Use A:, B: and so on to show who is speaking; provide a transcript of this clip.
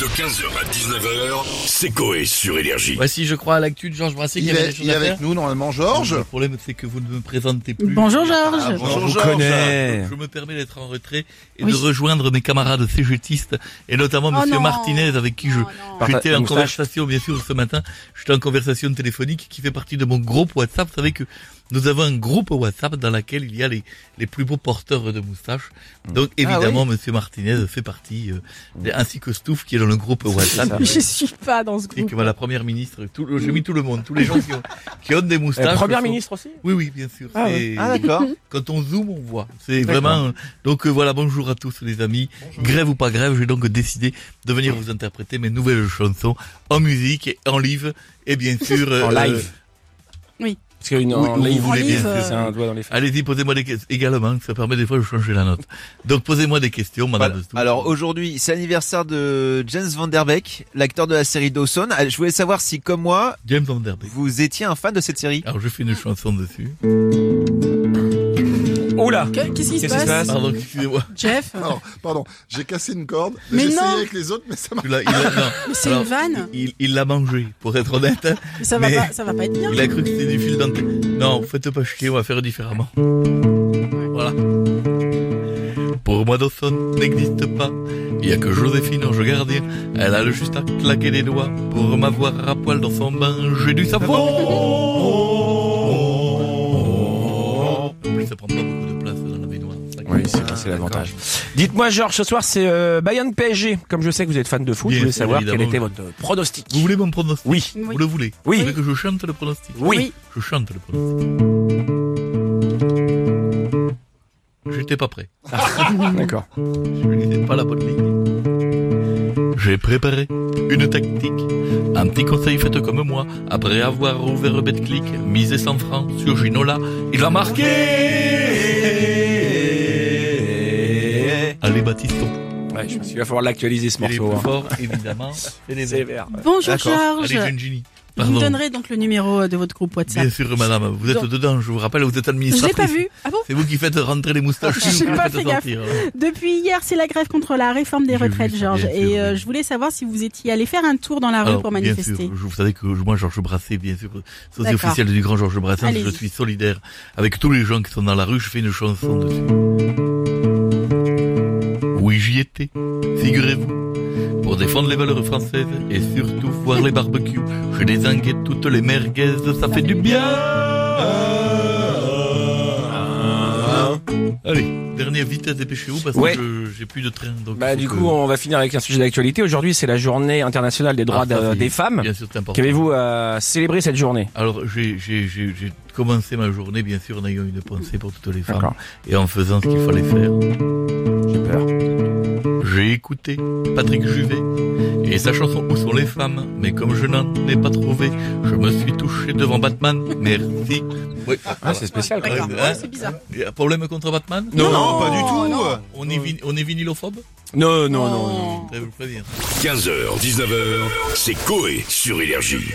A: De 15h à 19h, c'est Coé sur Énergie.
B: Voici, je crois, l'actu de Georges Brassé qui
C: Il
B: avait des
C: est,
B: choses
C: il est
B: à
C: avec
B: faire. Mhm.
C: nous normalement, Georges.
B: Le problème, c'est que vous ne me présentez plus.
D: Bonjour Georges.
C: Ah, bonjour
B: Je vous
C: Georges.
B: connais. Je me permets d'être en retrait et
D: Oui.
B: de rejoindre mes camarades cégétistes et notamment
D: Oh
B: Monsieur
D: non. Ah.
B: Martinez avec qui je
D: Non,
B: j'étais
D: non.
E: Par-
B: en
E: moustache.
B: conversation bien sûr ce matin. J'étais en conversation téléphonique qui fait partie de mon groupe WhatsApp. Vous savez que nous avons un groupe WhatsApp dans lequel il y a les les plus beaux porteurs de moustaches.
C: Mm.
B: Donc
C: Ah
B: évidemment Monsieur Martinez fait partie euh, ainsi que Stouff qui est dans le groupe WhatsApp.
D: Je suis pas dans ce
B: Et
D: groupe.
B: que la première ministre, tout, le- j'ai mis tout le monde, tous les gens qui ont, qui ont des moustaches.
E: Euh, première
B: sont-
E: ministre aussi
B: Oui, oui, bien sûr.
E: Ah,
B: C'est-
E: d'accord.
B: Quand on zoome, on voit. C'est
E: D'accord.
B: vraiment. Donc euh, voilà, bonjour à tous les amis. Grève ou pas grève, j'ai donc décidé de venir vous interpréter mes nouvelles chansons en musique, et en live et bien sûr
E: En
B: euh,
E: live.
D: Oui.
E: Parce qu'une
B: Oui,
E: en
B: vous
E: live,
B: voulez
D: En
B: bien
D: live,
B: sûr.
D: euh,
E: c'est un doigt dans les fesses.
B: Allez-y, posez-moi des questions également. Ça permet des fois de changer la note. Donc posez-moi des questions, Madame.
F: Voilà.
B: de Stout.
F: Alors aujourd'hui, c'est l'anniversaire de James Van Der Beek, l'acteur de la série Dawson. Ah, Je voulais savoir si, comme moi,
B: James Van Der Beek.
F: vous étiez un fan de cette série.
B: Alors je fais une chanson dessus.
E: Oula
D: Que- Qu'est-ce qui se
E: Qu'est-ce qui se
D: passe
E: passe
B: Pardon, excusez-moi.
D: Jeff
B: Ah,
C: Alors, pardon, j'ai cassé une corde.
D: Mais
C: J'ai essayé
D: non.
C: avec les autres, mais ça m'a.
B: Il a- il a- non.
D: Mais c'est
B: Alors,
D: une vanne
B: Il il l'a mangé, pour être honnête. hein.
D: Mais ça va
B: mais-
D: pas ça va pas être bien.
B: Il a cru que c'était du fil d'antenne. Non, faites pas chier, on va faire différemment. Voilà. Pour moi, Dawson n'existe pas. Il y a que Joséphine, ange gardien. Elle a le juste à claquer les doigts pour m'avoir à poil dans son bain. J'ai du savon. En plus, ça prend pas beaucoup de place dans la baignoire. Ça
E: Oui,
B: compte.
E: c'est ça, c'est l'avantage. Dites-moi, Georges, ce soir, c'est euh, Bayern PSG. Comme je sais que vous êtes fan de foot,
B: Bien
E: je voulais
B: sûr,
E: savoir quel
B: évidemment.
E: était votre euh, pronostic.
B: Vous voulez mon pronostic
E: Oui.
D: Oui.
B: Vous le voulez
E: Oui.
B: Vous voulez que je chante le pronostic
E: Oui.
B: Je chante le pronostic. J'étais pas prêt.
E: D'accord.
B: Je lisais pas la bonne ligne. J'ai préparé une tactique. Un petit conseil fait comme moi. Après avoir ouvert Betclic, misé 100 francs sur Ginola, il va marquer. Allez, Baptiston.
E: Ouais, je pense qu'il va falloir l'actualiser ce
B: Il est
E: morceau.
B: plus
E: hein.
B: fort, évidemment. Et les verts.
E: Sévère.
D: Bonjour
F: D'accord.
D: Georges.
B: Allez, jeune Ginny.
D: Vous me
B: Pardon.
D: donnerez donc le numéro euh, de votre groupe WhatsApp.
B: Bien sûr, madame. Vous êtes
D: Donc-
B: dedans, je vous rappelle, vous êtes
D: Je l'ai
B: administratrice.
D: pas vu. Ah bon
B: C'est vous qui faites rentrer les moustaches.
D: J'ai
B: c'est vous qui
D: pas
B: faites
D: fait gaffe.
B: sortir.
D: Depuis hier, c'est la grève contre la réforme des
B: J'ai
D: retraites,
B: vu ça,
D: Georges.
B: bien sûr,
D: Et euh,
B: oui.
D: je voulais savoir si vous étiez allé faire un tour dans la rue
B: Alors,
D: pour
B: bien
D: manifester.
B: sûr, je vous savez que je- moi, Georges Brassens, bien sûr, sosie
D: D'accord.
B: officiel du grand Georges Brassens,
D: Allez-y.
B: je suis solidaire avec tous les gens qui sont dans la rue, je fais une chanson dessus. Oui, j'y étais, figurez-vous, pour défendre les valeurs françaises et surtout voir les barbecues. Je désinguais toutes les merguez, ça fait du bien
E: Ah.
B: Ah. Allez, dernière vitesse, dépêchez-vous parce
E: Ouais.
B: que je- j'ai plus de train. Donc
E: Bah,
B: il faut
E: du
B: que-
E: coup, on va finir avec un sujet d'actualité. Aujourd'hui, c'est la journée internationale des droits
B: Ah, ça,
E: de-
B: c'est-
E: des femmes.
B: Bien sûr, c'est important.
E: Qu'avez-vous à célébrer cette journée
B: Alors j'ai j'ai j'ai j'ai commencé ma journée bien sûr en ayant une pensée pour toutes les femmes
E: D'accord.
B: et en faisant ce qu'il fallait faire.
E: J'ai peur.
B: J'ai écouté Patrick Juvet et sa chanson Où sont les femmes Mais comme je n'en ai pas trouvé, je me suis touché devant Batman. Merci. Oui.
E: Ah, c'est spécial. quand même.
D: D'accord.
B: Ouais,
D: Ouais,
B: ouais.
D: C'est bizarre.
B: Il y a un problème contre Batman
E: Non, non,
C: pas du tout.
B: On est vin- on est vinylophobe euh,
E: Non, non, non. non.
B: Je vous préviens.
A: 15h, 19h, c'est Coé sur Énergie.